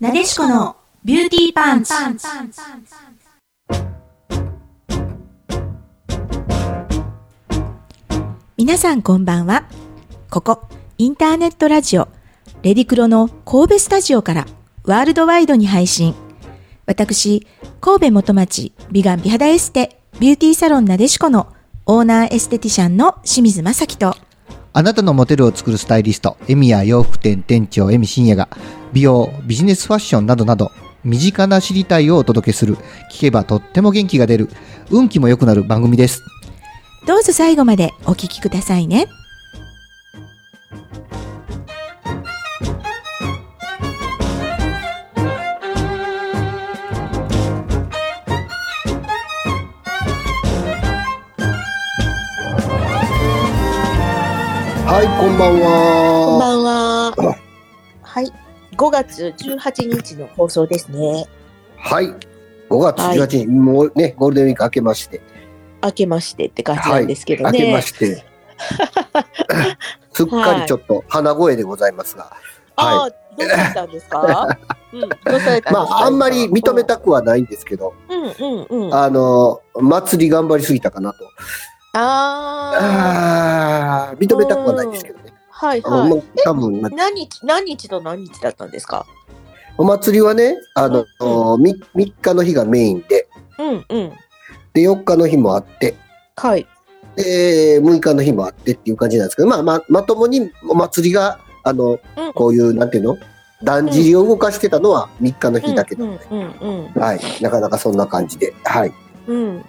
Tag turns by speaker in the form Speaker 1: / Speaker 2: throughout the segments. Speaker 1: なでしこのビューティーパンツ。皆さんこんばんは。ここ、インターネットラジオ、レディクロの神戸スタジオからワールドワイドに配信。私、神戸元町美顔美肌エステビューティーサロンなでしこのオーナーエステティシャンの清水正樹と、
Speaker 2: あなたのモデルを作るスタイリスト、エミや洋服店店長エミ深也が、美容、ビジネスファッションなどなど、身近な知りたいをお届けする、聞けばとっても元気が出る、運気も良くなる番組です。
Speaker 1: どうぞ最後までお聞きくださいね。
Speaker 3: はい、こんばん
Speaker 4: こん
Speaker 3: は。
Speaker 4: ばんは。はい。5月18日の放送ですね。
Speaker 3: はい、5月18日、もうね、ゴールデンウィーク明けまして、
Speaker 4: 明けましてって感じなんですけど
Speaker 3: 明け
Speaker 4: ね。
Speaker 3: ま して、すっかりちょっと鼻声でございますが、
Speaker 4: ああ、
Speaker 3: は
Speaker 4: どうされたんで すかうん、どうされたんですか
Speaker 3: まあ、あんまり認め。たくはないんですけど、
Speaker 4: うんうんうん。あ
Speaker 3: あの、祭り頑張りすぎたかなと。
Speaker 4: あ
Speaker 3: あー、認めたくはないんですけどね。
Speaker 4: ー。はい
Speaker 3: あの
Speaker 4: は
Speaker 3: もう多分、
Speaker 4: い。何日、何日と何日だったんですか
Speaker 3: お祭りはね、あの、3日の日がメインで、
Speaker 4: うんうん。
Speaker 3: で、4日の日もあって、
Speaker 4: はい。
Speaker 3: で、6日の日もあってっていう感じなんですけど、まあ、まあ、まともにお祭りが、あの、
Speaker 4: うん
Speaker 3: こういう、なんていうのだんじりを動かしてたのは3日の日だけ
Speaker 4: う
Speaker 3: ど、
Speaker 4: んうんうん
Speaker 3: はい。なかなかそんな感じで、はい。
Speaker 4: うん。うん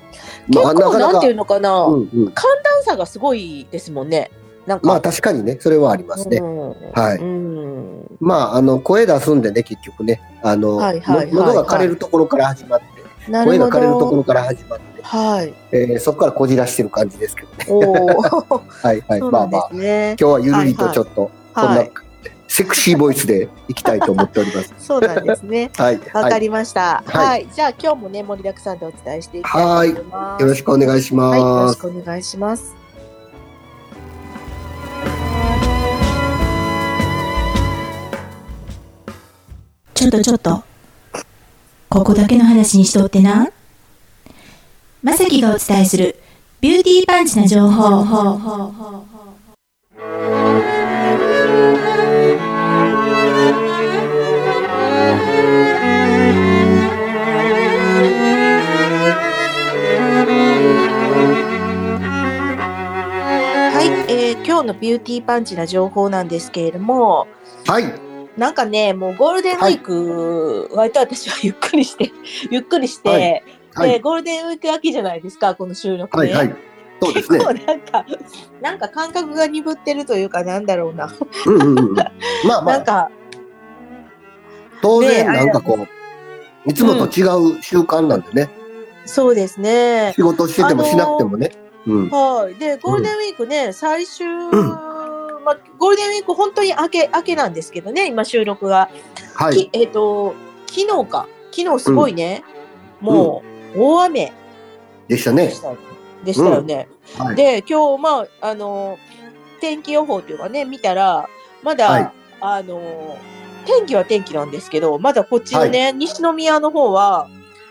Speaker 4: 結構、なんていうのかな、
Speaker 3: うんうん。
Speaker 4: 寒暖差がすごいですもんね。なんか。
Speaker 3: まあ、確かにね、それはありますね。
Speaker 4: うん
Speaker 3: はい
Speaker 4: うん
Speaker 3: まあ、あの、声出すんでね、結局ね、あの、
Speaker 4: はいはいはいはい
Speaker 3: の喉が枯れるところから始まって、
Speaker 4: な
Speaker 3: 声
Speaker 4: る
Speaker 3: が
Speaker 4: ほど。
Speaker 3: 枯れるところから始まって、
Speaker 4: はい。
Speaker 3: えーそこからこじらしてる感じですけどね。
Speaker 4: お お。
Speaker 3: はいはい。
Speaker 4: そう
Speaker 3: ま
Speaker 4: な
Speaker 3: あまあ、
Speaker 4: んですね。
Speaker 3: 今日はゆるりとちょっと、こん
Speaker 4: は。、
Speaker 3: ないセクシーボイスでいきたいと思っており ます。
Speaker 4: そうなんですね。
Speaker 3: はい。
Speaker 4: わ
Speaker 3: はい
Speaker 4: かりました。
Speaker 3: はい
Speaker 4: はい、じゃあ今日もね盛りだくさんでお伝えしていきたいと思います。
Speaker 3: よろしくお願いし
Speaker 4: はい、よ
Speaker 3: ま
Speaker 4: ろし
Speaker 3: す。
Speaker 4: くお願いします。
Speaker 1: ちょっとちょっと。ここだけの話にしとってな。まさきがお伝えするビューティーパンチな情報。
Speaker 4: はい、えー今日のビューティーパンチな情報なんですけれども、
Speaker 3: はい。
Speaker 4: なんかね、もうゴールデンウィーク、割と私はゆっくりして、 ゆっくりして、
Speaker 3: はいは
Speaker 4: で
Speaker 3: い。
Speaker 4: ゴールデンウィーク秋じゃないですか、この収録
Speaker 3: は
Speaker 4: ね。
Speaker 3: い。はい。そうですね
Speaker 4: 結。構 なんか、なんか感覚が鈍ってるというか、なんだろうな。
Speaker 3: うんうんうん。まあま
Speaker 4: なん
Speaker 3: あ、
Speaker 4: か、
Speaker 3: 当然、
Speaker 4: ねあれ
Speaker 3: なんかこう、いつもと違う習慣なんでね。
Speaker 4: そうですね。
Speaker 3: 仕事しててもしなくてもね。うん。
Speaker 4: はい、でゴールデンウィークね、最終、まあ、ゴールデンウィーク本当に明け明けなんですけどね今収録が、
Speaker 3: は
Speaker 4: き
Speaker 3: い。
Speaker 4: えっ、と昨日か昨日すごいね、
Speaker 3: ん
Speaker 4: もう大雨
Speaker 3: でした
Speaker 4: で
Speaker 3: ね
Speaker 4: し。た,、でしたよね、
Speaker 3: はい
Speaker 4: で今日まああの天気予報というかね見たらまだ、
Speaker 3: はい
Speaker 4: あの天気は天気なんですけどまだこっちのね、西宮の方は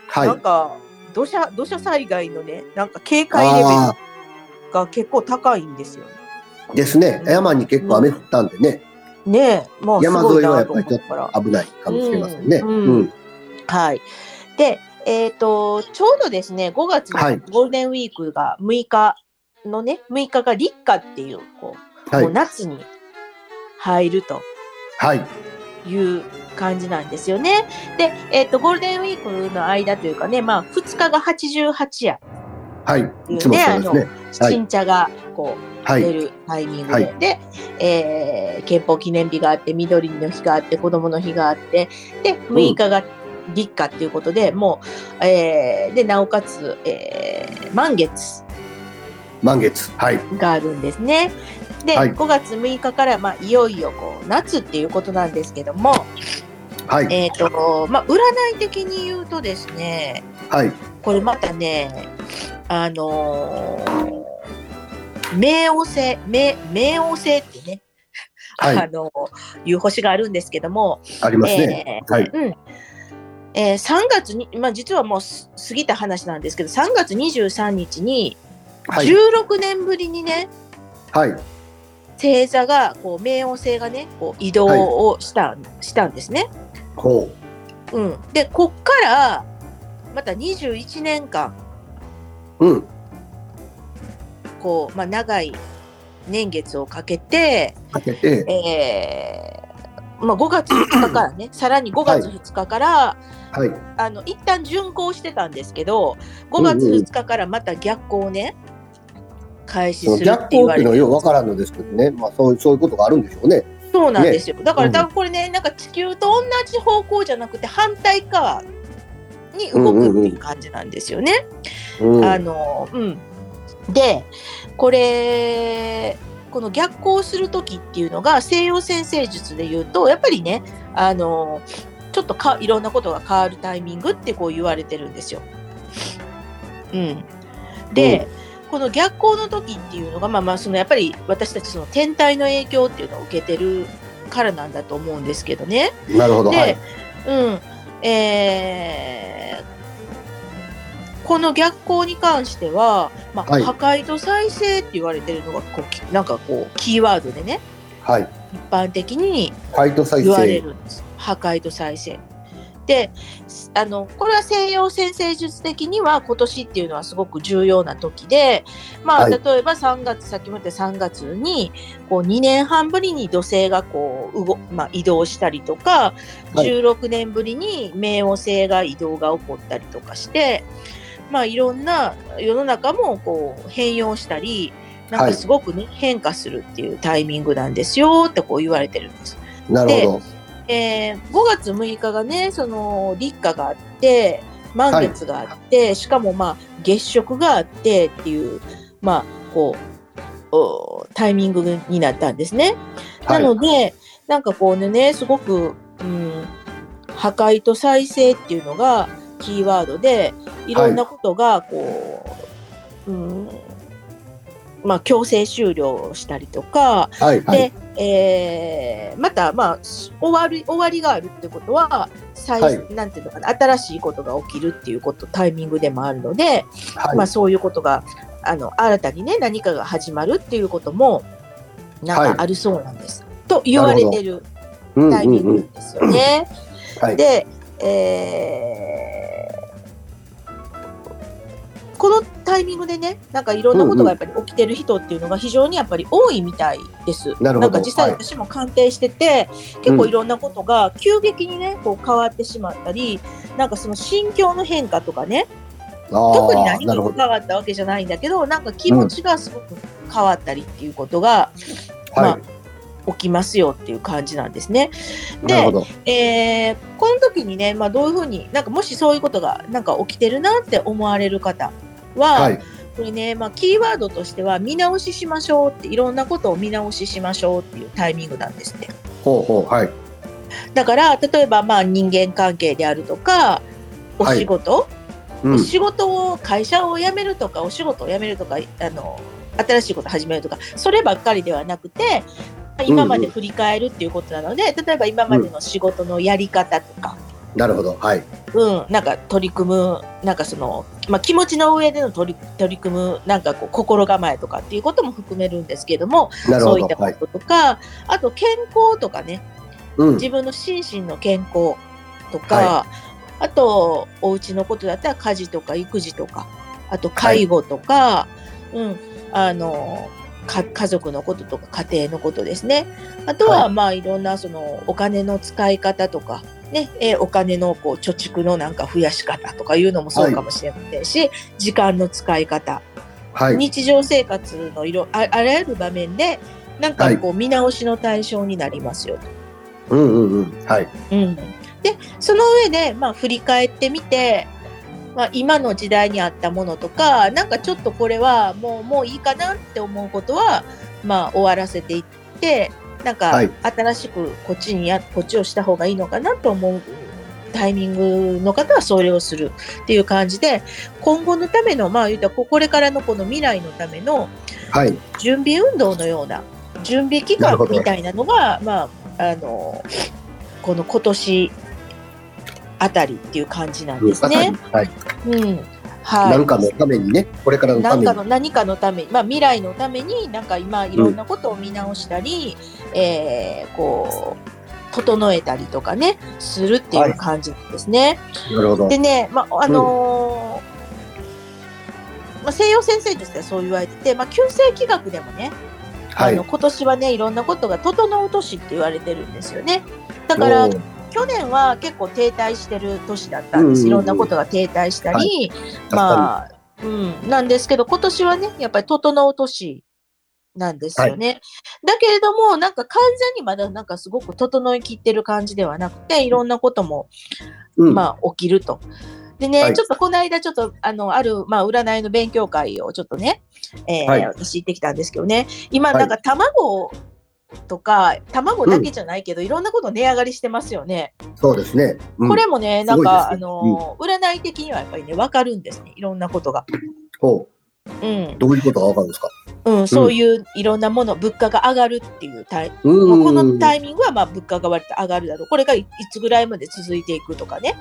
Speaker 3: はい
Speaker 4: なん。か土砂土砂災害のねなんか警戒レベ
Speaker 3: あ
Speaker 4: ルが結構高いんですよね。
Speaker 3: あ、ですね。山に結構雨降ったんでね、
Speaker 4: ねえ、まあ、す
Speaker 3: 山
Speaker 4: ご
Speaker 3: 沿
Speaker 4: い
Speaker 3: いはや
Speaker 4: な
Speaker 3: っぱ
Speaker 4: と
Speaker 3: り
Speaker 4: 思
Speaker 3: ちょ
Speaker 4: っ
Speaker 3: った
Speaker 4: から。
Speaker 3: と危ないかもしれませんね。
Speaker 4: う
Speaker 3: うんん。
Speaker 4: はい。で、えっ、と、ちょうどですね、5月
Speaker 3: はい
Speaker 4: のゴールデンウィークが6日のね、6日が立夏っていう、こう、
Speaker 3: はい
Speaker 4: もう。夏に入ると
Speaker 3: はい。
Speaker 4: いう感じなんですよね。で、えっ、と、ゴールデンウィークの間というかね、まあ、2日が88夜、
Speaker 3: はい。いつもそうですね。はい
Speaker 4: 新茶がこう、
Speaker 3: はい
Speaker 4: 出。るタイミングで、
Speaker 3: はい
Speaker 4: で、えー憲法記念日があって緑の日があって子どもの日があってで6日が立夏っていうことで、もう、えーでなおかつ、えー満月
Speaker 3: 満月。はい。
Speaker 4: があるんですね。で、
Speaker 3: はい
Speaker 4: 5月6日から、まあ、いよいよこう夏っていうことなんですけども、
Speaker 3: はい。
Speaker 4: えーとまあ、占い的に言うとですね
Speaker 3: はい。
Speaker 4: これまたねあのー冥王星冥冥王星ってね
Speaker 3: はい
Speaker 4: あのいう星があるんですけども、
Speaker 3: ありますね。はい。
Speaker 4: うんえー3月に、まあ、実はもうす過ぎた話なんですけど3月23日に
Speaker 3: はい。
Speaker 4: 16年ぶりにね、
Speaker 3: はい。
Speaker 4: 星座がこう冥王星がねこう移動をした,、したんですね。
Speaker 3: ほ
Speaker 4: うん、でこっからまた21年間
Speaker 3: う。うん。
Speaker 4: こう、まあ、長い年月をかけて、
Speaker 3: かけて、
Speaker 4: えーまあ、5月2日から ねさらに5月2日から、
Speaker 3: はい。
Speaker 4: あの一旦巡航してたんですけど5月2日からまた逆行をね開始
Speaker 3: その
Speaker 4: する
Speaker 3: 逆光っ
Speaker 4: っ
Speaker 3: てて
Speaker 4: 言われ
Speaker 3: いう
Speaker 4: て
Speaker 3: のはようわからんのですけどね。まあ、そう、そういうことがあるんでしょうね。
Speaker 4: そうなんですよ、だから
Speaker 3: うん
Speaker 4: 多分これねなんか地球と同じ方向じゃなくて反対側に動
Speaker 3: うんう
Speaker 4: くっ
Speaker 3: んうん
Speaker 4: ていう感じなんですよね。
Speaker 3: うん。
Speaker 4: あのうん、でこれこの逆行する時っていうのが西洋先生術で言うとやっぱりねあのちょっとかいろんなことが変わるタイミングってこう言われてるんですよ。うん、で、この逆行の時っていうのがまあまあそのやっぱり私たちその天体の影響っていうのを受けてるからなんだと思うんですけどね。
Speaker 3: なるほど。
Speaker 4: で、
Speaker 3: はい。
Speaker 4: うん、えーこの逆光に関しては、まあ
Speaker 3: はい
Speaker 4: 破壊と再生って言われてるのがこうきなんかこうキーワードでね
Speaker 3: はい。
Speaker 4: 一般的に
Speaker 3: ファイト再
Speaker 4: 言われ
Speaker 3: 生。
Speaker 4: るんです破壊と再生。であのこれは西洋先生術的には今年っていうのはすごく重要な時で、まあ
Speaker 3: はい
Speaker 4: 例えば3月さっきも言った3月にこう2年半ぶりに土星がこう動、まあ、移動したりとか
Speaker 3: はい
Speaker 4: 16年ぶりに冥王星が移動が起こったりとかして、まあ、いろんな世の中もこう変容したりなん
Speaker 3: は
Speaker 4: か
Speaker 3: い
Speaker 4: すごく、ね変化するっていうタイミングなんですよってこう言われてるんです。
Speaker 3: なるほど。
Speaker 4: えー5月6日がねその立夏があって満月があって、しかもまあ月食があってっていうまあこうおタイミングになったんですね。
Speaker 3: はい
Speaker 4: なのでなんかこうねすごく、うん、破壊と再生っていうのがキーワードでいろんなことがこう、うんまあ強制終了したりとか、
Speaker 3: はい。はい。
Speaker 4: で、えーまた、まあ、し終わる終わりがあるってことは最、
Speaker 3: はい
Speaker 4: なんていうのかな新しいことが起きるっていうことタイミングでもあるので、
Speaker 3: はい
Speaker 4: まあ、。そういうことがあの新たにね何かが始まるっていうこともな
Speaker 3: は
Speaker 4: ん
Speaker 3: い
Speaker 4: かあるそうなんです、と言われてる
Speaker 3: うん
Speaker 4: タイミング
Speaker 3: うんう
Speaker 4: なんんですよね。
Speaker 3: はい。
Speaker 4: で、えーこのタイミングでね、なんかいろんなことがやっぱり起きてる人っていうのが非常にやっぱり多いみたいです。
Speaker 3: なるほど
Speaker 4: んか実際
Speaker 3: はい
Speaker 4: 私も鑑定してて、結構いろんなことが急激にね、こう変わってしまったり、なんかその心境の変化とかね、特に
Speaker 3: ああ、
Speaker 4: 何
Speaker 3: なる
Speaker 4: も
Speaker 3: ほど。
Speaker 4: 変わったわけじゃないんだけど、なんか気持ちがすごく変わったりっていうことがま
Speaker 3: は
Speaker 4: あ起きますよっていう感じなんですね。
Speaker 3: い。
Speaker 4: で
Speaker 3: なるほど。
Speaker 4: えーこの時にね、まあ、どういうふうになんかもしそういうことがなんか起きてるなって思われる方は、
Speaker 3: はい。
Speaker 4: これね、まあ、キーワードとしては見直ししましょうっていろんなことを見直ししましょうっていうタイミングなんですね。
Speaker 3: ほうほう。はい。
Speaker 4: だから例えばまあ人間関係であるとかお仕事、
Speaker 3: うん
Speaker 4: お。仕事を会社を辞めるとかお仕事を辞めるとかあの新しいこと始めるとかそればっかりではなくて今まで振り返るっていうことなので、例えば今までの仕事のやり方とか、
Speaker 3: なるほど。はい。
Speaker 4: うん、なんか取り組むなんかその、まあ、気持ちの上での取り取り組むなんかこう心構えとかっていうことも含めるんですけども
Speaker 3: なる
Speaker 4: そ
Speaker 3: ほ
Speaker 4: うい
Speaker 3: ど
Speaker 4: っ。た
Speaker 3: はい。
Speaker 4: こととか、あと健康とかね
Speaker 3: うん。
Speaker 4: 自分の心身の健康とか、
Speaker 3: は
Speaker 4: あとお家のことだったら家事とか育児とかあと介護とか、うん、あのか家族のこととか家庭のことですねあとは、、
Speaker 3: はい
Speaker 4: まあいろんなそのお金の使い方とか、ねえーお金のこう貯蓄のなんか増やし方とかいうのもそうかもしれませんし、時間の使い方
Speaker 3: はい。
Speaker 4: 日常生活のいろああらゆる場面でなんかこう見直しの対象になりますよ
Speaker 3: う
Speaker 4: と
Speaker 3: んうんうん。はい。
Speaker 4: うん、でその上で、まあ、振り返ってみて、まあ、今の時代にあったものとかなんかちょっとこれはもうもういいかなって思うことは、まあ、終わらせていってなんか
Speaker 3: はい
Speaker 4: 新しくこっちにやこっちをした方がいいのかなと思うタイミングの方はそれをするっていう感じで今後のためのまあ言うたらここれからのこの未来のための
Speaker 3: はい。
Speaker 4: 準備運動のような準備期
Speaker 3: なる
Speaker 4: 間
Speaker 3: ほど
Speaker 4: みたいなのが、まあ、あのこの今年あたりっていう感じなん
Speaker 3: うん
Speaker 4: ですね。
Speaker 3: まさにはい。
Speaker 4: うんはい、
Speaker 3: なんかのためにね、これからのた
Speaker 4: 何
Speaker 3: め
Speaker 4: か
Speaker 3: に。
Speaker 4: の何かのために、まあ、未来のためになんか今いろんなことを見直したり、えーこう整えたりとかねするっていう感じなんですね。
Speaker 3: なるほど。
Speaker 4: でね、まああのーまあ、西洋先生術でそう言われてて、まあ、旧世紀学でもね、
Speaker 3: は
Speaker 4: あ
Speaker 3: い
Speaker 4: の。今年はねいろんなことが整う年って言われてるんですよね。だから
Speaker 3: おー
Speaker 4: 去年は結構停滞してる年だったんで
Speaker 3: うんうんう
Speaker 4: す。
Speaker 3: ん
Speaker 4: いろんなことが停滞したり、
Speaker 3: は
Speaker 4: まあ、うん、なんですけど、今年はね、やっぱり整う年なんですよね。だけれども、なんか完全にまだなんかすごく整いきってる感じではなくて、いろんなことも、
Speaker 3: うん
Speaker 4: まあ、起きると。でね、
Speaker 3: はい
Speaker 4: ちょっとこの間、ちょっと、あの、ある、まあ、占いの勉強会をちょっとね、えー
Speaker 3: はい
Speaker 4: 私行ってきたんですけどね、今、
Speaker 3: はい
Speaker 4: なんか卵とか、卵だけじゃないけど、いろんなこと値上がりしてますよね。
Speaker 3: そうですね。うん
Speaker 4: これもね、
Speaker 3: す
Speaker 4: な
Speaker 3: ごい
Speaker 4: んか、
Speaker 3: で
Speaker 4: あ
Speaker 3: すね
Speaker 4: のー、占い的にはやっぱりね、わかるんですね、いろんなことが。
Speaker 3: ほ
Speaker 4: うん
Speaker 3: う。どういうことがわかるんですか
Speaker 4: うん、そういういろんなもの、物価が上がるっていうタイ、
Speaker 3: う
Speaker 4: まあこのタ
Speaker 3: ん。
Speaker 4: イミングはまあ物価が割と上がるだろう、これがいいつぐらいまで続いていくとかね、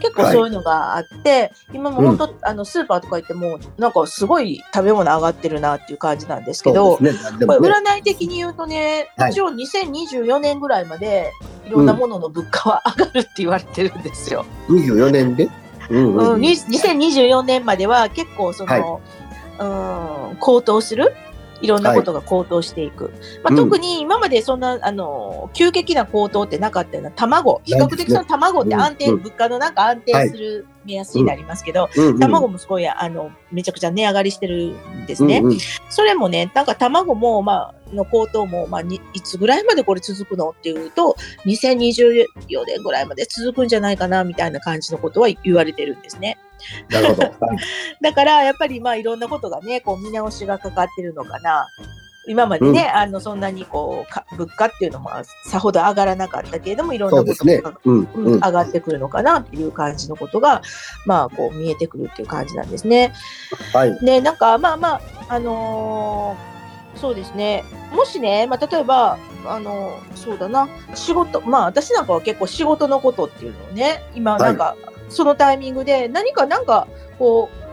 Speaker 4: 結構そういうのがあって、今も本当、あのスーパーとか行っても、なんかすごい食べ物上がってるなっていう感じなんですけど、
Speaker 3: そうですね。で
Speaker 4: これ
Speaker 3: もね
Speaker 4: 占い的に言うとね、
Speaker 3: はい
Speaker 4: 一応2024年ぐらいまで、いろんなものの物価は上がるって言われてるんですよ。
Speaker 3: 24年で。うんうんう
Speaker 4: う、
Speaker 3: んん
Speaker 4: に2024年までは結構その、うん高騰するいろんなことが高騰していく、
Speaker 3: う
Speaker 4: まあ、
Speaker 3: ん
Speaker 4: 特に今までそんな、あの急激な高騰ってなかったような卵比較的その卵って安定、
Speaker 3: うんうん
Speaker 4: 物価のなんか安定する目安になりますけど、
Speaker 3: うんうん
Speaker 4: 卵もすごいあのめちゃくちゃ値上がりしてるんですね、
Speaker 3: うんうん
Speaker 4: それもねなんか卵も、まあの高騰も、まあ、にいつぐらいまでこれ続くのっていうと2024年ぐらいまで続くんじゃないかなみたいな感じのことは言われてるんですね。
Speaker 3: なるほど。はい
Speaker 4: だからやっぱりまあいろんなことがねこう見直しがかかってるのかな今までね、あのそんなにこうか物価っていうのもさほど上がらなかったけれどもいろん
Speaker 3: そ
Speaker 4: な
Speaker 3: うで
Speaker 4: こ
Speaker 3: す
Speaker 4: とが
Speaker 3: ね。うん
Speaker 4: うん
Speaker 3: う
Speaker 4: 上
Speaker 3: ん。
Speaker 4: がってくるのかなっていう感じのことがまあこう見えてくるっていう感じなんですね。
Speaker 3: はい。
Speaker 4: ね、なんかまあまあ、あのーそうですね、もしね、まあ、例えば、あのーそうだな、仕事、まあ私なんかは結構仕事のことっていうのをね、今、
Speaker 3: はい
Speaker 4: なんか、そのタイミングで、何かなんか、こう、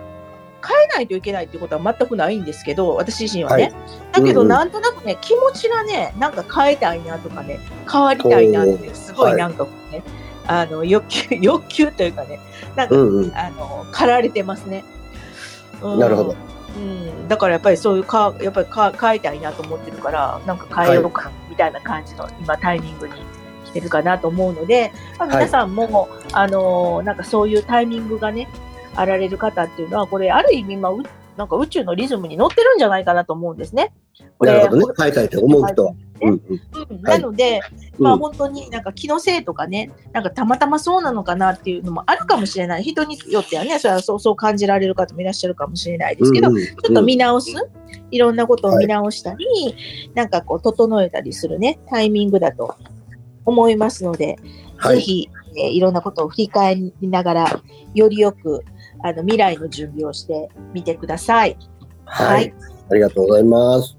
Speaker 4: 変えないといけないっていうことは全くないんですけど、私自身はね。
Speaker 3: はい
Speaker 4: だけ
Speaker 3: う
Speaker 4: ど、
Speaker 3: んうん
Speaker 4: なんとなくね、気持ちがね、なんか変えたいなとかね、変わりたいなっていう、すごい
Speaker 3: はい
Speaker 4: なんかね、あの欲求、 欲求というかね、なんか
Speaker 3: うんうん。
Speaker 4: あの駆られてますね。うん
Speaker 3: なるほど。
Speaker 4: うん、だからやっぱりそういうかやっぱりか変えたいなと思ってるからなんか変えようかみたいな感じの今タイミングに来てるかなと思うので、まあ、
Speaker 3: はい
Speaker 4: 皆さんも、あのーなんかそういうタイミングがねあられる方っていうのはこれある意味まあうなんか宇宙のリズムに乗ってるんじゃないかなと思うんですね。これ
Speaker 3: なるほどね。変えたいと思う人は。
Speaker 4: う
Speaker 3: うんんうん。
Speaker 4: うん
Speaker 3: は
Speaker 4: ないので、ま
Speaker 3: う
Speaker 4: あ
Speaker 3: ん
Speaker 4: 本当になんか気のせいとかね、なんかたまたまそうなのかなっていうのもあるかもしれない。人によってはね、それはそうそう感じられる方もいらっしゃるかもしれないですけど、
Speaker 3: うんうん
Speaker 4: ちょっと見直す、いろんなことを見直したり、なんかこう整えたりするね、タイミングだと思いますので、
Speaker 3: はい
Speaker 4: ぜひ、えーいろんなことを振り返りながら、よりよくあの未来の準備をしてみてください。
Speaker 3: は
Speaker 4: はいい。
Speaker 3: ありがとうございます。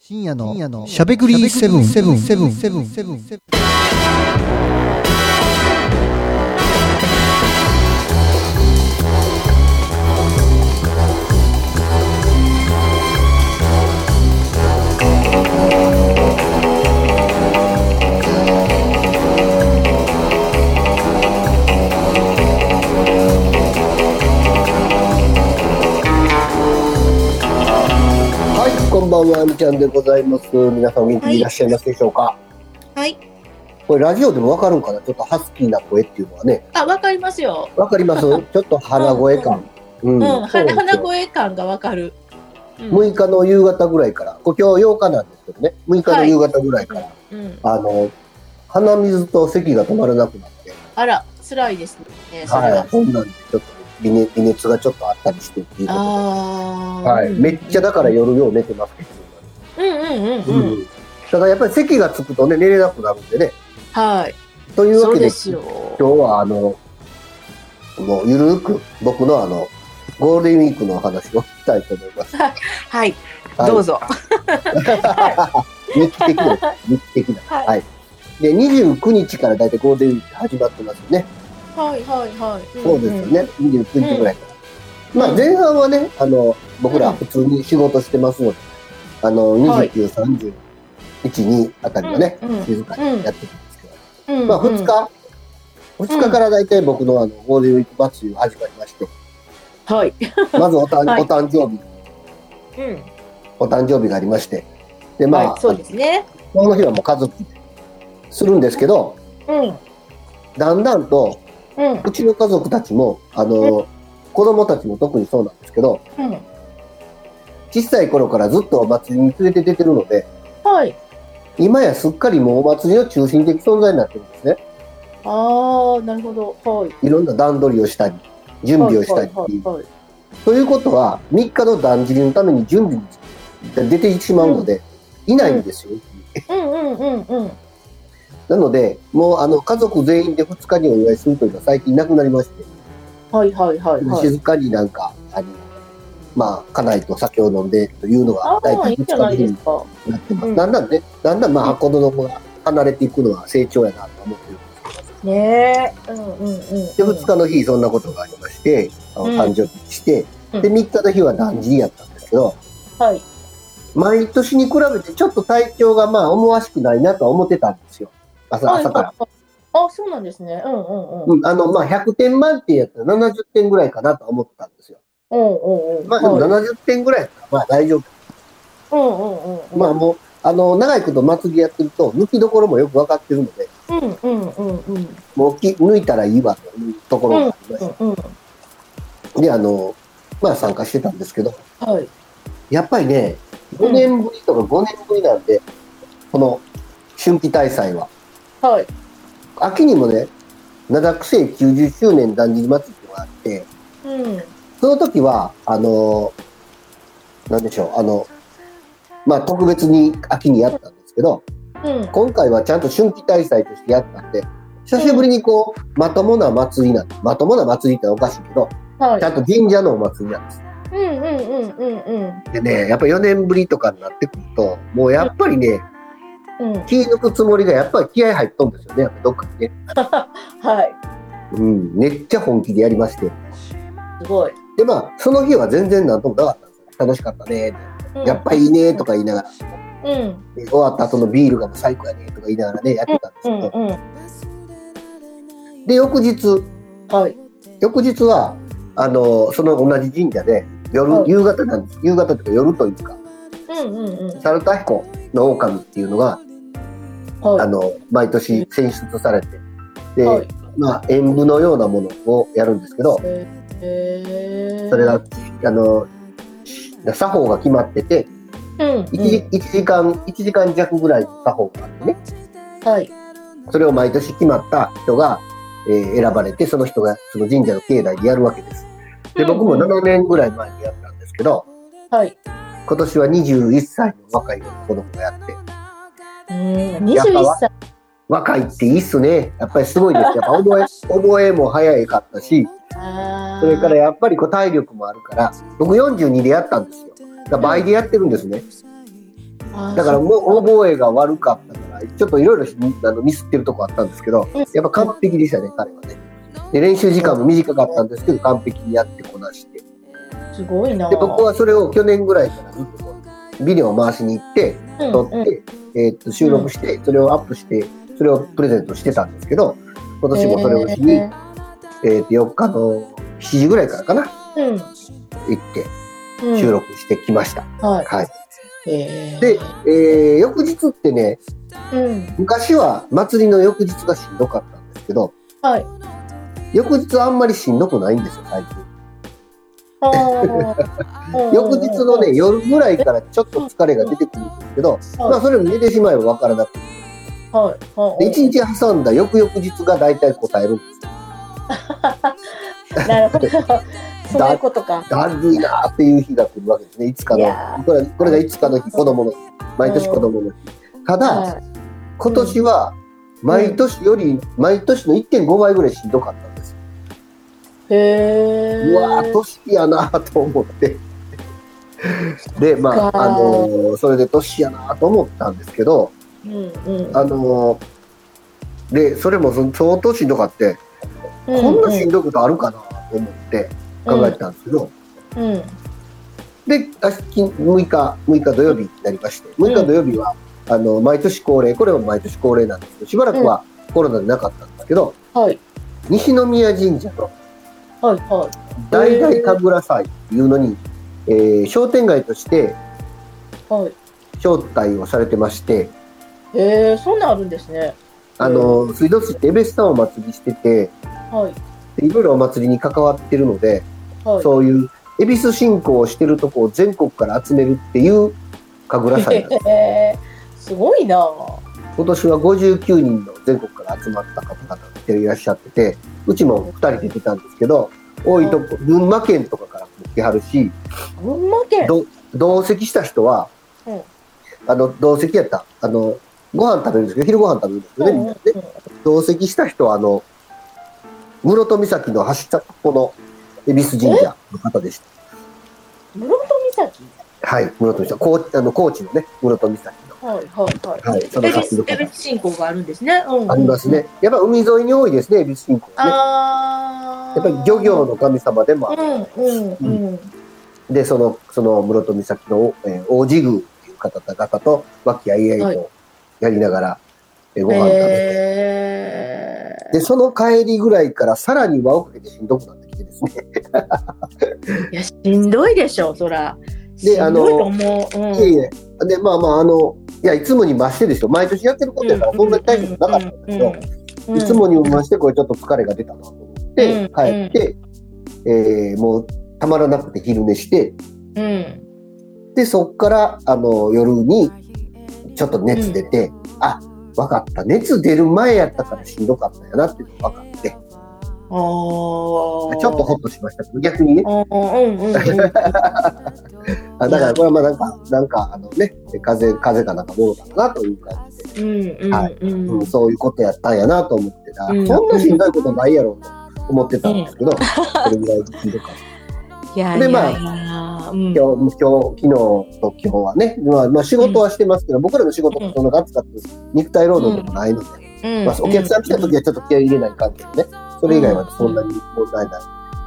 Speaker 2: 深夜のしゃべくりセブンセブンセブンセブンセブンセブン
Speaker 3: はい、こんばんは、あみちゃんでございます。皆さん、元気にいらっしゃいますでしょうか。
Speaker 4: はい。
Speaker 3: これ、ラジオでもわかるんかな、ちょっとハスキーな声っていうのはね。
Speaker 4: あ、わかりますよ。
Speaker 3: わかります。ちょっと鼻声感。うん
Speaker 4: うん、鼻鼻。
Speaker 3: そう
Speaker 4: 声感がわかる。う
Speaker 3: で
Speaker 4: ん
Speaker 3: すよ6日の夕方ぐらいから、こう今日8日なんですけどね、6日の夕方ぐらいから、
Speaker 4: うん、
Speaker 3: あの、鼻水と咳が止まらなくなって、
Speaker 4: あら、辛いですね。それは。
Speaker 3: はい、そんなんでちょっと微熱微熱がちょっとあったりしてっていうことで
Speaker 4: ああ。
Speaker 3: はい、
Speaker 4: うん
Speaker 3: めっちゃだから。夜よう寝てますけど、
Speaker 4: うんうんうん
Speaker 3: う
Speaker 4: うん
Speaker 3: ん。だからやっぱり咳がつくとね、寝れなくなるんでね、
Speaker 4: はい。
Speaker 3: という
Speaker 4: そ
Speaker 3: わ
Speaker 4: う
Speaker 3: けで
Speaker 4: ですよ。
Speaker 3: 今日はあのもうゆるーく僕のあのゴールデンウィークのお話をしたいと思い ます。
Speaker 4: はい、
Speaker 3: はい
Speaker 4: どうぞ。
Speaker 3: 日記的な、日記的な。
Speaker 4: はい
Speaker 3: はい。で、29日からだいたいゴールデンウィーク始まってますよね。
Speaker 4: はいはいはい。
Speaker 3: そうですよね。29日ぐらいから。まあ、
Speaker 4: うん
Speaker 3: 前半はね、あの、僕
Speaker 4: う
Speaker 3: ら
Speaker 4: ん
Speaker 3: 普通に仕事してますので、あの、
Speaker 4: はい
Speaker 3: 29、30、1、2あたりはね、
Speaker 4: うんうん
Speaker 3: 静かにやってたんですけど、
Speaker 4: うん。うん
Speaker 3: まあ、2。日、2日からだいたい僕のあのゴールデンウィークバツが始まりま して、
Speaker 4: はい。
Speaker 3: まずおたん、
Speaker 4: はい
Speaker 3: お誕生日、
Speaker 4: うん。
Speaker 3: お誕生日がありまして、で、まあ、
Speaker 4: はい、そうですね。
Speaker 3: この日はもう家族でするんですけど、
Speaker 4: うん。
Speaker 3: だんだんと、
Speaker 4: うん。
Speaker 3: うちの家族たちも、あの、子供たちも特にそうなんですけど、
Speaker 4: うん。
Speaker 3: 小さい頃からずっとお祭りに連れて出てるので、
Speaker 4: はい。
Speaker 3: 今やすっかりもうお祭りの中心的存在になってるんですね。
Speaker 4: ああ、なるほど。はい。
Speaker 3: いろんな段取りをしたり、準備をしたり
Speaker 4: はいはいはい。
Speaker 3: ということは、3日の断食のために準備に出てしまうので、いないんですよ。
Speaker 4: うんうんうんうん。
Speaker 3: なので、もうあの家族全員で2日にお祝いするというのは最近なくなりまして、
Speaker 4: はいはいはいはい。
Speaker 3: 静かになんか、あの、まあ、家内と酒を飲んでというのが
Speaker 4: あ
Speaker 3: 大
Speaker 4: あ、
Speaker 3: 体
Speaker 4: いいん
Speaker 3: 2
Speaker 4: じゃな
Speaker 3: 日
Speaker 4: い
Speaker 3: ぶり
Speaker 4: で
Speaker 3: に
Speaker 4: すか。
Speaker 3: なってます。
Speaker 4: うん
Speaker 3: だんだんね、だんだんまあ、子供が離れていくのは成長やなと思ってる。
Speaker 4: ねえ。うんうんうん。
Speaker 3: で、2日の日、そんなことがありまして、あの
Speaker 4: うん
Speaker 3: 誕生日して、
Speaker 4: うん
Speaker 3: で、3日の日は断食やったんですけど、
Speaker 4: はい。
Speaker 3: 毎年に比べてちょっと体調がまあ、思わしくないなとは思ってたんですよ。朝、
Speaker 4: はい
Speaker 3: 朝から。。
Speaker 4: あ、そうなんですね。うんうんうん。うん
Speaker 3: うん、あの、まあ、100点満点やったら70点ぐらいかなとは思ってたんですよ。
Speaker 4: うんうん。
Speaker 3: まあ、でも
Speaker 4: はい
Speaker 3: 70点ぐらいやったらまあ、大丈夫。
Speaker 4: うんうんうん。
Speaker 3: まあもう、あの、長いこと祭りやってると、抜きどころもよく分かってるので、
Speaker 4: うんうんうんうん。
Speaker 3: もうき抜いたらいいわというところがありまし
Speaker 4: うんうん。
Speaker 3: た。で、あの、まあ参加してたんですけど、
Speaker 4: はい。
Speaker 3: やっぱりね、5年ぶりとか5年ぶりなんで、この春季大祭は、
Speaker 4: はい。
Speaker 3: 秋にもね、灘くせ90周年断食祭りがあって、
Speaker 4: うん。
Speaker 3: その時は、あの、なんでしょう、あの、まあ特別に秋にやったんですけど、
Speaker 4: うん。
Speaker 3: 今回はちゃんと春季大祭としてやったんで、久しぶりにこう、まともな祭りなんです。まともな祭りってのはおかしいけど、
Speaker 4: はい
Speaker 3: ちゃ。んと神社のお祭りなんです。
Speaker 4: うんうんうんうんうん。
Speaker 3: でね、やっぱ4年ぶりとかになってくると、もうやっぱりね、
Speaker 4: うん。
Speaker 3: 気抜くつもりがやっぱり気合入っとんですよね、やっぱどっかにね。
Speaker 4: はい。
Speaker 3: うん、めっちゃ本気でやりまして。
Speaker 4: すごい。
Speaker 3: で、まあ、その日は全然なんともなかったんですよ。楽しかったね、
Speaker 4: うん
Speaker 3: やっぱいいねとか言いながら、
Speaker 4: うん。
Speaker 3: で終わった後のビールがもう最高やねとか言いながらね、やってたんですけ
Speaker 4: う
Speaker 3: ど、
Speaker 4: んうん。
Speaker 3: で、翌日、
Speaker 4: はい。
Speaker 3: 翌日はあのその同じ神社で夜、
Speaker 4: はい
Speaker 3: 夕方なんです夕方というか夜というか
Speaker 4: うんうんうん。
Speaker 3: 猿田彦の狼っていうのが、あ
Speaker 4: は
Speaker 3: の毎年選出されて
Speaker 4: い。
Speaker 3: で、
Speaker 4: はい。
Speaker 3: まあ、演舞のようなものをやるんですけど
Speaker 4: へー
Speaker 3: それが。あの作法が決まってて
Speaker 4: うん。
Speaker 3: 1時,、
Speaker 4: う
Speaker 3: 一時間1時間弱ぐらいの作法があってね
Speaker 4: ん。はい。
Speaker 3: それを毎年決まった人が、えー選ばれてその人がその神社の境内でやるわけです。で僕も
Speaker 4: うん
Speaker 3: 7年ぐらい前にやったんですけど、
Speaker 4: はい。
Speaker 3: 今年は21歳の若い男の子がやって、
Speaker 4: うん。二
Speaker 3: やっ
Speaker 4: 十
Speaker 3: ぱ
Speaker 4: 一
Speaker 3: わ
Speaker 4: 歳。
Speaker 3: 若いっていいっすね。やっぱりすごいです。やっぱ覚え、 覚えも早いかったし、
Speaker 4: あ
Speaker 3: そ
Speaker 4: ー
Speaker 3: れから。やっぱりこう体力もあるから、僕42でやったんですよ。だから倍でやってるんですね。だから
Speaker 4: う。
Speaker 3: もう覚えが悪かったから、ちょっといろいろあのミスってるとこあったんですけど、やっぱ完璧でしたね、彼はね。で、練習時間も短かったんですけど、完璧にやってこなして。
Speaker 4: すごいな。
Speaker 3: で、僕はそれを去年ぐらいからずっとこうビデオを回しに行って、
Speaker 4: うん
Speaker 3: 撮っ
Speaker 4: うん
Speaker 3: て、えーっと収録して、それをアップして、それをプレゼントしてたんですけど、今年もそれをしに、
Speaker 4: へ
Speaker 3: えーっと4日の7時ぐらいからかな、
Speaker 4: ー
Speaker 3: 行って
Speaker 4: うん。うん
Speaker 3: 収。録してきました。
Speaker 4: はい。
Speaker 3: はい。
Speaker 4: へー
Speaker 3: で、えー翌日ってね、
Speaker 4: うん。
Speaker 3: 昔は祭りの翌日がしんどかったんですけど、
Speaker 4: はい。
Speaker 3: 翌日あんまりしんどくないんですよ、最近。
Speaker 4: あー
Speaker 3: 翌日のね、。夜ぐらいからちょっと疲れが出てくるんですけど、
Speaker 4: うん
Speaker 3: まあそれも寝てしまえばわからなくて、
Speaker 4: はい。はい。
Speaker 3: で1日挟んだ翌々日が大体答えるんです。
Speaker 4: なるほど。 そういうことか。
Speaker 3: だるいなーっていう日が来るわけですね、いつか
Speaker 4: い
Speaker 3: の
Speaker 4: や。
Speaker 3: これこれがいつかの日、子供の日、毎年子供の日。ただ、
Speaker 4: はい
Speaker 3: 今年は毎年より、毎年の1.5倍ぐらいしんどかったんですよ。
Speaker 4: へえ。
Speaker 3: うわー、年やなと思って。で、ま
Speaker 4: そっか
Speaker 3: あ、あのーそれで年やなと思ったんですけど、
Speaker 4: うんうん。
Speaker 3: あのーで、それもその相当しんどかって、こんなしんどいことあるかなと思って考えてたんですけど、
Speaker 4: うんうん。
Speaker 3: で、あ金6日、6日土曜日になりまして、6日土曜日は、あの、毎年恒例、これは毎年恒例なんですけど、しばらくはコロナでなかったんですけど、
Speaker 4: はい
Speaker 3: 西宮神社の
Speaker 4: はいはい。
Speaker 3: 大々神楽祭っていうのに、えー商店街として
Speaker 4: はい。
Speaker 3: 招待をされてまして、
Speaker 4: へえ、そんなんあるんですね。
Speaker 3: あの、水道水ってエベスタをお祭りしてて、
Speaker 4: はい
Speaker 3: でいろいろお祭りに関わってるので、
Speaker 4: はい。
Speaker 3: そういう、恵比寿信仰をしてるとこを全国から集めるっていう神楽祭なん です。
Speaker 4: へえ、すごいな。
Speaker 3: 今年は59人の全国から集まった方々がいらっしゃってて、うちも2人出てたんですけど、多いとこ、群馬県とかからも来はるし、
Speaker 4: 群馬県。
Speaker 3: ど同席した人は、
Speaker 4: うん
Speaker 3: あの、同席やった、あの、ご飯食べるんですけど、昼ご飯食べるんですよね、みんなで。同席した人は、あの、室戸岬の走ったとこの恵比寿神社の方でした。
Speaker 4: 室戸岬。
Speaker 3: はい、室戸岬、高知あの高知のね、室戸岬の。
Speaker 4: はいはいは
Speaker 3: は
Speaker 4: い。
Speaker 3: い、そ
Speaker 4: エ
Speaker 3: の
Speaker 4: ビ
Speaker 3: 活
Speaker 4: ス
Speaker 3: 動
Speaker 4: エ
Speaker 3: 家
Speaker 4: ビス信仰があるんですね。うんうん
Speaker 3: あります。ね。やっぱ海沿いに多いですね、恵比寿信仰はね。
Speaker 4: ああ。
Speaker 3: やっぱり漁業の神様でもある、
Speaker 4: うんうんうん。
Speaker 3: でそのその室戸岬の、えー、王子宮っていう方々と和気あいあい
Speaker 4: は
Speaker 3: とやりながら、えーご飯食べて、
Speaker 4: へ
Speaker 3: でその帰りぐらいからさらに輪をかけてしんどくなってきてですね、
Speaker 4: え。いや、しんどいでしょ、そら。
Speaker 3: であの
Speaker 4: しんどいと思う。うん
Speaker 3: いえいえでまあまああのいやいつもに増してでしょ毎年やってることやからそんなに大したことなかったんだけど、
Speaker 4: うんうんうんうん
Speaker 3: いつもにも増してこれちょっと疲れが出たなと思って、
Speaker 4: うん
Speaker 3: 帰って、えーもうたまらなくて昼寝して
Speaker 4: うん。
Speaker 3: で、そっから、あの、夜に、ちょっと熱出て、あ、わかった。熱出る前やったからしんどかったんやなっていうのが分かって、ち
Speaker 4: ああ。ちょ
Speaker 3: ょっとほっとしましたけど、逆にね。
Speaker 4: うんうんうん。
Speaker 3: あだから、これはまあなんか、なんか、あのね、風邪、風邪かなんかものだったなという感じで、
Speaker 4: うん
Speaker 3: う
Speaker 4: うん
Speaker 3: ん、。そういうことやったんやなと思ってた、
Speaker 4: うん
Speaker 3: そんなしんどいことないやろうと思ってたんですけど、これぐらいしんどかった。
Speaker 1: いや
Speaker 3: でまあ
Speaker 4: ああ。 うん。
Speaker 3: 今日、今日、昨日と今日はね、まあ、まあ仕事はしてますけど、僕らの仕事もそんなガツガツ肉体労働でもないので、まあ、お客さん来た時はちょっと気合い入れない関係でね、それ以外はそんなに問題ない。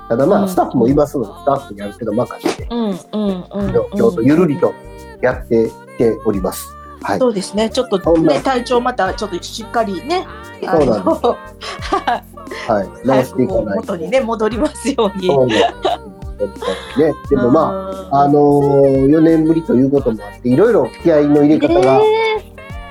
Speaker 3: ただま
Speaker 4: う
Speaker 3: あ、
Speaker 4: ん
Speaker 3: スタッフもいますので、スタッフにやるけど任せて、
Speaker 4: うんうんうん。
Speaker 3: 今日とゆるりとやってきております。はい。
Speaker 4: そうですね。ちょっとね体調またちょっとしっかりね。
Speaker 3: そうなんです
Speaker 4: す。はい。
Speaker 3: はい。直
Speaker 4: 早
Speaker 3: して
Speaker 4: く
Speaker 3: い
Speaker 4: こ
Speaker 3: か
Speaker 4: う
Speaker 3: ないと。
Speaker 4: 元にね戻りますように。
Speaker 3: そうなんですね。でもまあ、あ
Speaker 4: の
Speaker 3: のー、4年ぶりということもあって、いろいろ気合いの入れ方が、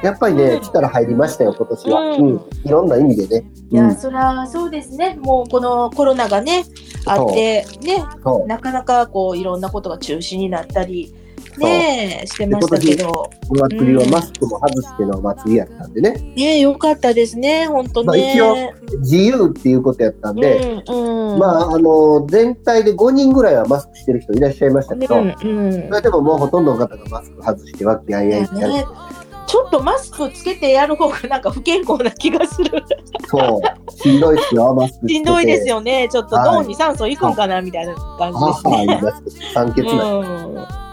Speaker 3: やっぱりね、力入りましたよ、今年は。
Speaker 4: う
Speaker 3: うんん。いろんな意味でね。
Speaker 4: いうや
Speaker 3: ん。
Speaker 4: そらそうですね。もうこのコロナがねあってね
Speaker 3: そう。
Speaker 4: なかなかこういろんなことが中止になったりねしてましたけど。
Speaker 3: お祭りはマスクも外してのお祭りやったんでね。
Speaker 4: ね良かったですね本当ね。
Speaker 3: まあ一応自由っていうことやったんで、
Speaker 4: うんうん。
Speaker 3: まあ、あの全体で5人ぐらいはマスクしてる人いらっしゃいましたけど、
Speaker 4: うんうん
Speaker 3: そ。れでももうほとんどの方がマスク外してわきあいあいってやる、
Speaker 4: ねちょっとマスクつけてやる方がなんか不健康な気がする。
Speaker 3: そうしんどいですよマスクつけて
Speaker 4: しんどいですよね。ちょっと
Speaker 3: はい
Speaker 4: 脳に酸素いくんかなみたいな感じです
Speaker 3: 母
Speaker 4: ね。
Speaker 3: 言いますけど酸欠なんで、
Speaker 4: う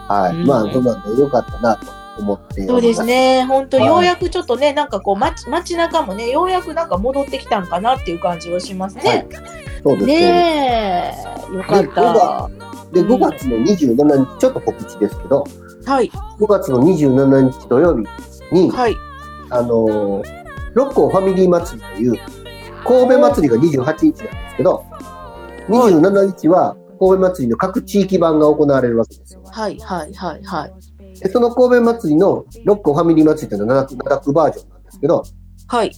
Speaker 3: はい、
Speaker 4: うん
Speaker 3: まあそんなんでよかったなと思っておりま
Speaker 4: ん、
Speaker 3: す
Speaker 4: そうですね、本当、
Speaker 3: はい
Speaker 4: ようやくちょっとね、なんかこう街、街中もね、ようやくなんか戻ってきたんかなっていう感じはします
Speaker 3: は
Speaker 4: ね
Speaker 3: い。そうですね
Speaker 4: ねえ、よかった。
Speaker 3: で5月の27日ちょっと告知ですけど
Speaker 4: はい、
Speaker 3: 5月の27日土曜日に、
Speaker 4: はい、
Speaker 3: あのー六甲ファミリー祭りという神戸祭りが28日なんですけど27日は神戸祭りの各地域版が行われるわけですよ
Speaker 4: はい、はい、はい、はい、
Speaker 3: でその神戸祭りの六甲ファミリー祭りというのは7区バージョンなんですけど
Speaker 4: はい、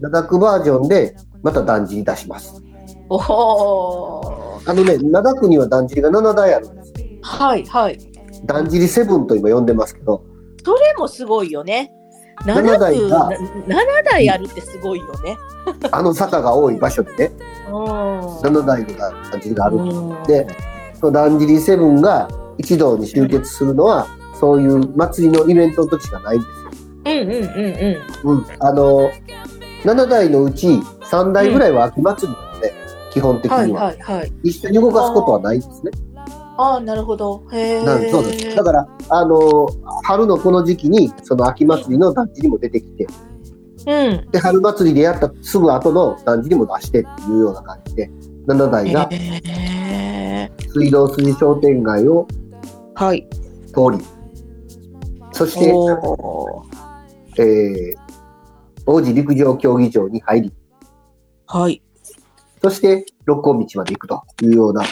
Speaker 3: 7区バージョンでまただんじり出します
Speaker 4: おお、
Speaker 3: あのね7区にはだんじりが7台あるんです
Speaker 4: はい、はい、
Speaker 3: だんじりセブンと今呼んでますけど
Speaker 4: それもすごいよね。7
Speaker 3: 七台
Speaker 4: 区
Speaker 3: が
Speaker 4: 7台あるってすごいよね。
Speaker 3: あの坂が多い場所でね
Speaker 4: う
Speaker 3: 7台がだんじりがあるんです
Speaker 4: ん
Speaker 3: でそのだんじりセブンが一堂に集結するのはそういう祭りのイベントの時しかないんですよ
Speaker 4: うんうんうんうん。
Speaker 3: うん、あの7台のうち3台ぐらいは秋祭りなので、基本的
Speaker 4: はい
Speaker 3: には、
Speaker 4: はいはい。
Speaker 3: 一緒に動かすことはないですね。
Speaker 4: ああ、なるほど。へえ。
Speaker 3: なんそうですだから、あの春のこの時期にその秋祭りの団地にも出てきて
Speaker 4: うん。
Speaker 3: で春祭りでやったすぐ後の団地にも出してっていうような感じで7台が
Speaker 4: へえ。
Speaker 3: 水道筋商店街を
Speaker 4: はい。
Speaker 3: 通りそして、
Speaker 4: おー
Speaker 3: えー、王子陸上競技場に入り
Speaker 4: はい。
Speaker 3: そして六甲道まで行くというような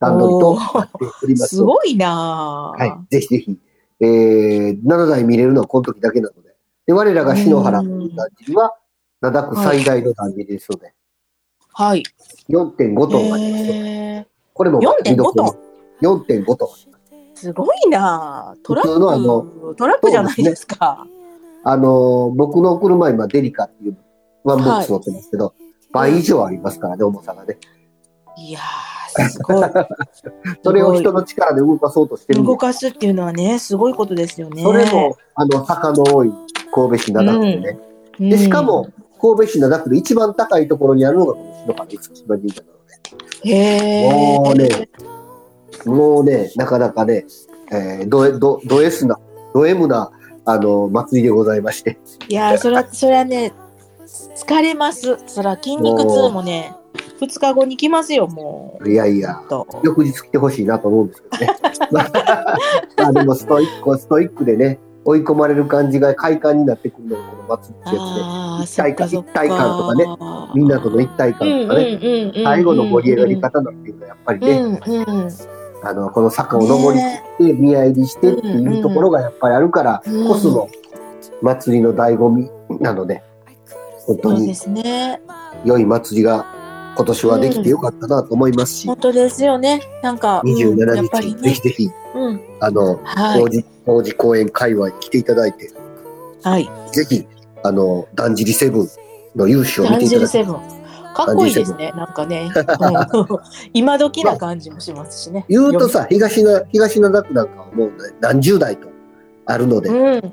Speaker 3: 段取りとなっております
Speaker 4: ごいな
Speaker 3: は
Speaker 4: ー
Speaker 3: い、ぜひぜひ、えー、7台見れるのはこの時だけなので、で我らが篠原という団地は、灘区最大の団地ですので、
Speaker 4: はい。
Speaker 3: 4.5トンありますよ。
Speaker 4: へー
Speaker 3: これも
Speaker 4: 4.5トン
Speaker 3: ン ?4.5 トン。
Speaker 4: すごいなートラ
Speaker 3: 普通のあの
Speaker 4: ック、トラックじゃないですか。
Speaker 3: あのー僕の車今デリカっていうワンボックス持ってますけど、倍以上ありますからね、重さがね。
Speaker 4: いやー、すごい。
Speaker 3: それを人の力で動かそうとしてるんで
Speaker 4: 動かすっていうのはね、すごいことですよね。
Speaker 3: それも、あの、坂の多い神戸市灘区でね。
Speaker 4: うん、
Speaker 3: で、しかも、神戸市灘区で一番高いところにあるのがこの篠原厳島神社なので、
Speaker 4: へえ。
Speaker 3: もうね、もうね、なかなかね、えー、ドエドドエスな、ドエムな、あの、祭りでございまして。
Speaker 4: いやー、それは、それはね、疲れます。そら、筋肉痛もね、2日後に来ますよ、も。
Speaker 3: いやいうや、
Speaker 4: と。
Speaker 3: 翌日来てほしいなと思うんですけどね。 まあ、でもストイック、ストイックでね、追い込まれる感じが快感になってくるのがこの祭りってやつで、
Speaker 4: ああ、
Speaker 3: 一体感
Speaker 4: そっか
Speaker 3: 一体感とかね、みんなとの一体感とかね、
Speaker 4: ね
Speaker 3: 最後の盛り上がり方なんていうのはやっぱりね、
Speaker 4: うんうん
Speaker 3: あの、この坂を登りで見合いにしてっていうところがやっぱりあるから、
Speaker 4: うん
Speaker 3: こその祭りの醍醐味なので本当
Speaker 4: そうで
Speaker 3: に
Speaker 4: すね。
Speaker 3: 良い祭りが今年はできてよかったなと思いますし、
Speaker 4: 本当ですよね。なんか、うん
Speaker 3: 27
Speaker 4: やっぱ
Speaker 3: 日、
Speaker 4: り
Speaker 3: ぜ
Speaker 4: ね
Speaker 3: ひ。ぜひ
Speaker 4: うん。
Speaker 3: あの
Speaker 4: は
Speaker 3: 王
Speaker 4: い。
Speaker 3: 子王子公園界隈に来ていただいて
Speaker 4: はい。
Speaker 3: ぜひあのだんじりセブンの勇姿を
Speaker 4: ダ
Speaker 3: 見
Speaker 4: ン
Speaker 3: てい
Speaker 4: ジ
Speaker 3: た
Speaker 4: ル
Speaker 3: だき
Speaker 4: セブン。かっこいいですね。なんかね。うん 今時な感じもしますしね。
Speaker 3: 言うとさ東な東灘区なんかはもう、ね、何十代とあるので、
Speaker 4: うん。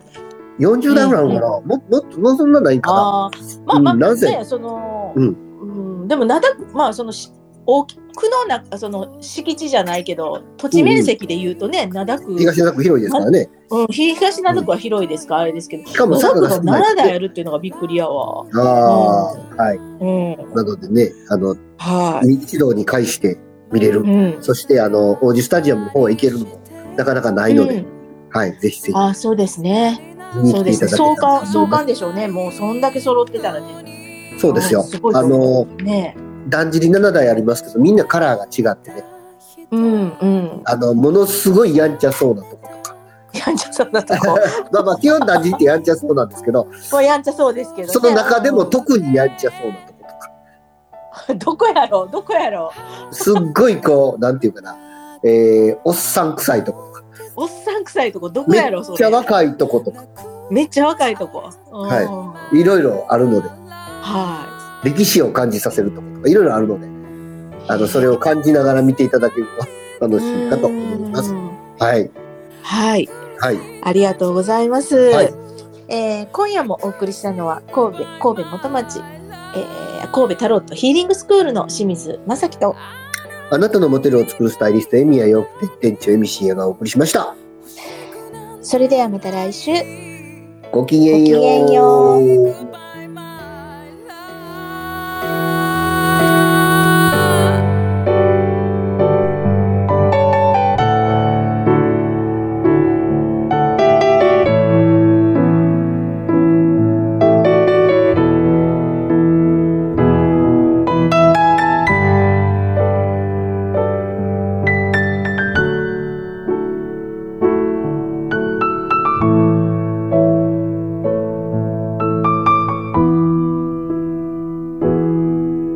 Speaker 3: 40代ぐらいあるのかな、ももっともうそんなないかな
Speaker 4: ああ、まあまあ、
Speaker 3: うんなぜ
Speaker 4: ね、その、
Speaker 3: うん
Speaker 4: うんでも、なだ、まあ、そのし、大き区の中、その敷地じゃないけど、土地面積で言うとね、灘区、うん、
Speaker 3: 東灘区広いですからね
Speaker 4: 東灘区は広いですから、あれですけど、
Speaker 3: しかも
Speaker 4: 灘
Speaker 3: 坂
Speaker 4: 区
Speaker 3: が
Speaker 4: が
Speaker 3: 少ない
Speaker 4: 7台あるっていうのがびっくりやわ。
Speaker 3: ああ、はい。
Speaker 4: うん。
Speaker 3: なのでね、あの、
Speaker 4: はい。
Speaker 3: 一堂に会して見れる。
Speaker 4: うん。
Speaker 3: そして、あの、王子スタジアムの方へ行けるのも、なかなかないので、はい、ぜひぜひ
Speaker 4: ああ、そうですね。
Speaker 3: 見に
Speaker 4: そ
Speaker 3: 来て
Speaker 4: うで
Speaker 3: い
Speaker 4: す
Speaker 3: ただ
Speaker 4: ね。
Speaker 3: けたらと思いま
Speaker 4: 相関、
Speaker 3: す
Speaker 4: 相関でしょうね。もう、そんだけ揃ってたらね。
Speaker 3: そうですよ
Speaker 4: うんすご。い
Speaker 3: あの、
Speaker 4: ね。
Speaker 3: だんじり7台ありますけど、みんなカラーが違ってね、
Speaker 4: うん、うん。
Speaker 3: あの、ものすごいやんちゃそうなとことか。
Speaker 4: やんちゃそうなとこ。
Speaker 3: まあまあ、基本だんじりってやんちゃそうなんですけど、
Speaker 4: これやんちゃそうですけど、ね。
Speaker 3: その中でも特にやんちゃそうなとことか。
Speaker 4: どこやろうどこやろ
Speaker 3: すっごいこう、なんていうかな、えー、おっさん臭いとことか。
Speaker 4: うおっさん臭いとこどこ
Speaker 3: め
Speaker 4: やろうそ
Speaker 3: っちゃ
Speaker 4: れ
Speaker 3: 若いとことか、
Speaker 4: めっちゃ若いとこ。
Speaker 3: はい
Speaker 4: い。
Speaker 3: いろいろあるので。
Speaker 4: は
Speaker 3: 歴史を感じさせるとことかいろいろあるので
Speaker 4: い。
Speaker 3: あのそれを感じながら見ていただけると楽しいかと思います
Speaker 4: う。ん
Speaker 3: はい
Speaker 4: はい。
Speaker 3: はい
Speaker 4: ありがとうございます。
Speaker 3: はい
Speaker 4: えー今夜もお送りしたのは神戸神戸元町、えー神戸タロットヒーリングスクールの清水正樹と
Speaker 3: あなたのモテルを作るスタイリストエミヤ洋服店長エミシンヤがお送りしました。
Speaker 4: それではまた来週。
Speaker 3: ごきげんよう。
Speaker 4: ごきげんよう
Speaker 5: by my life.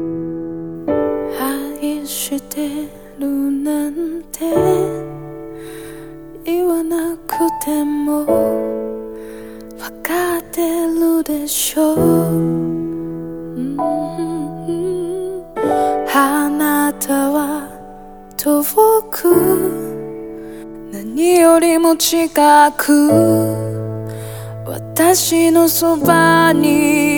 Speaker 5: 「愛してるなんて言わなくてもわかってるでしょう」うん「あなたは遠く何よりも近く」私のそばに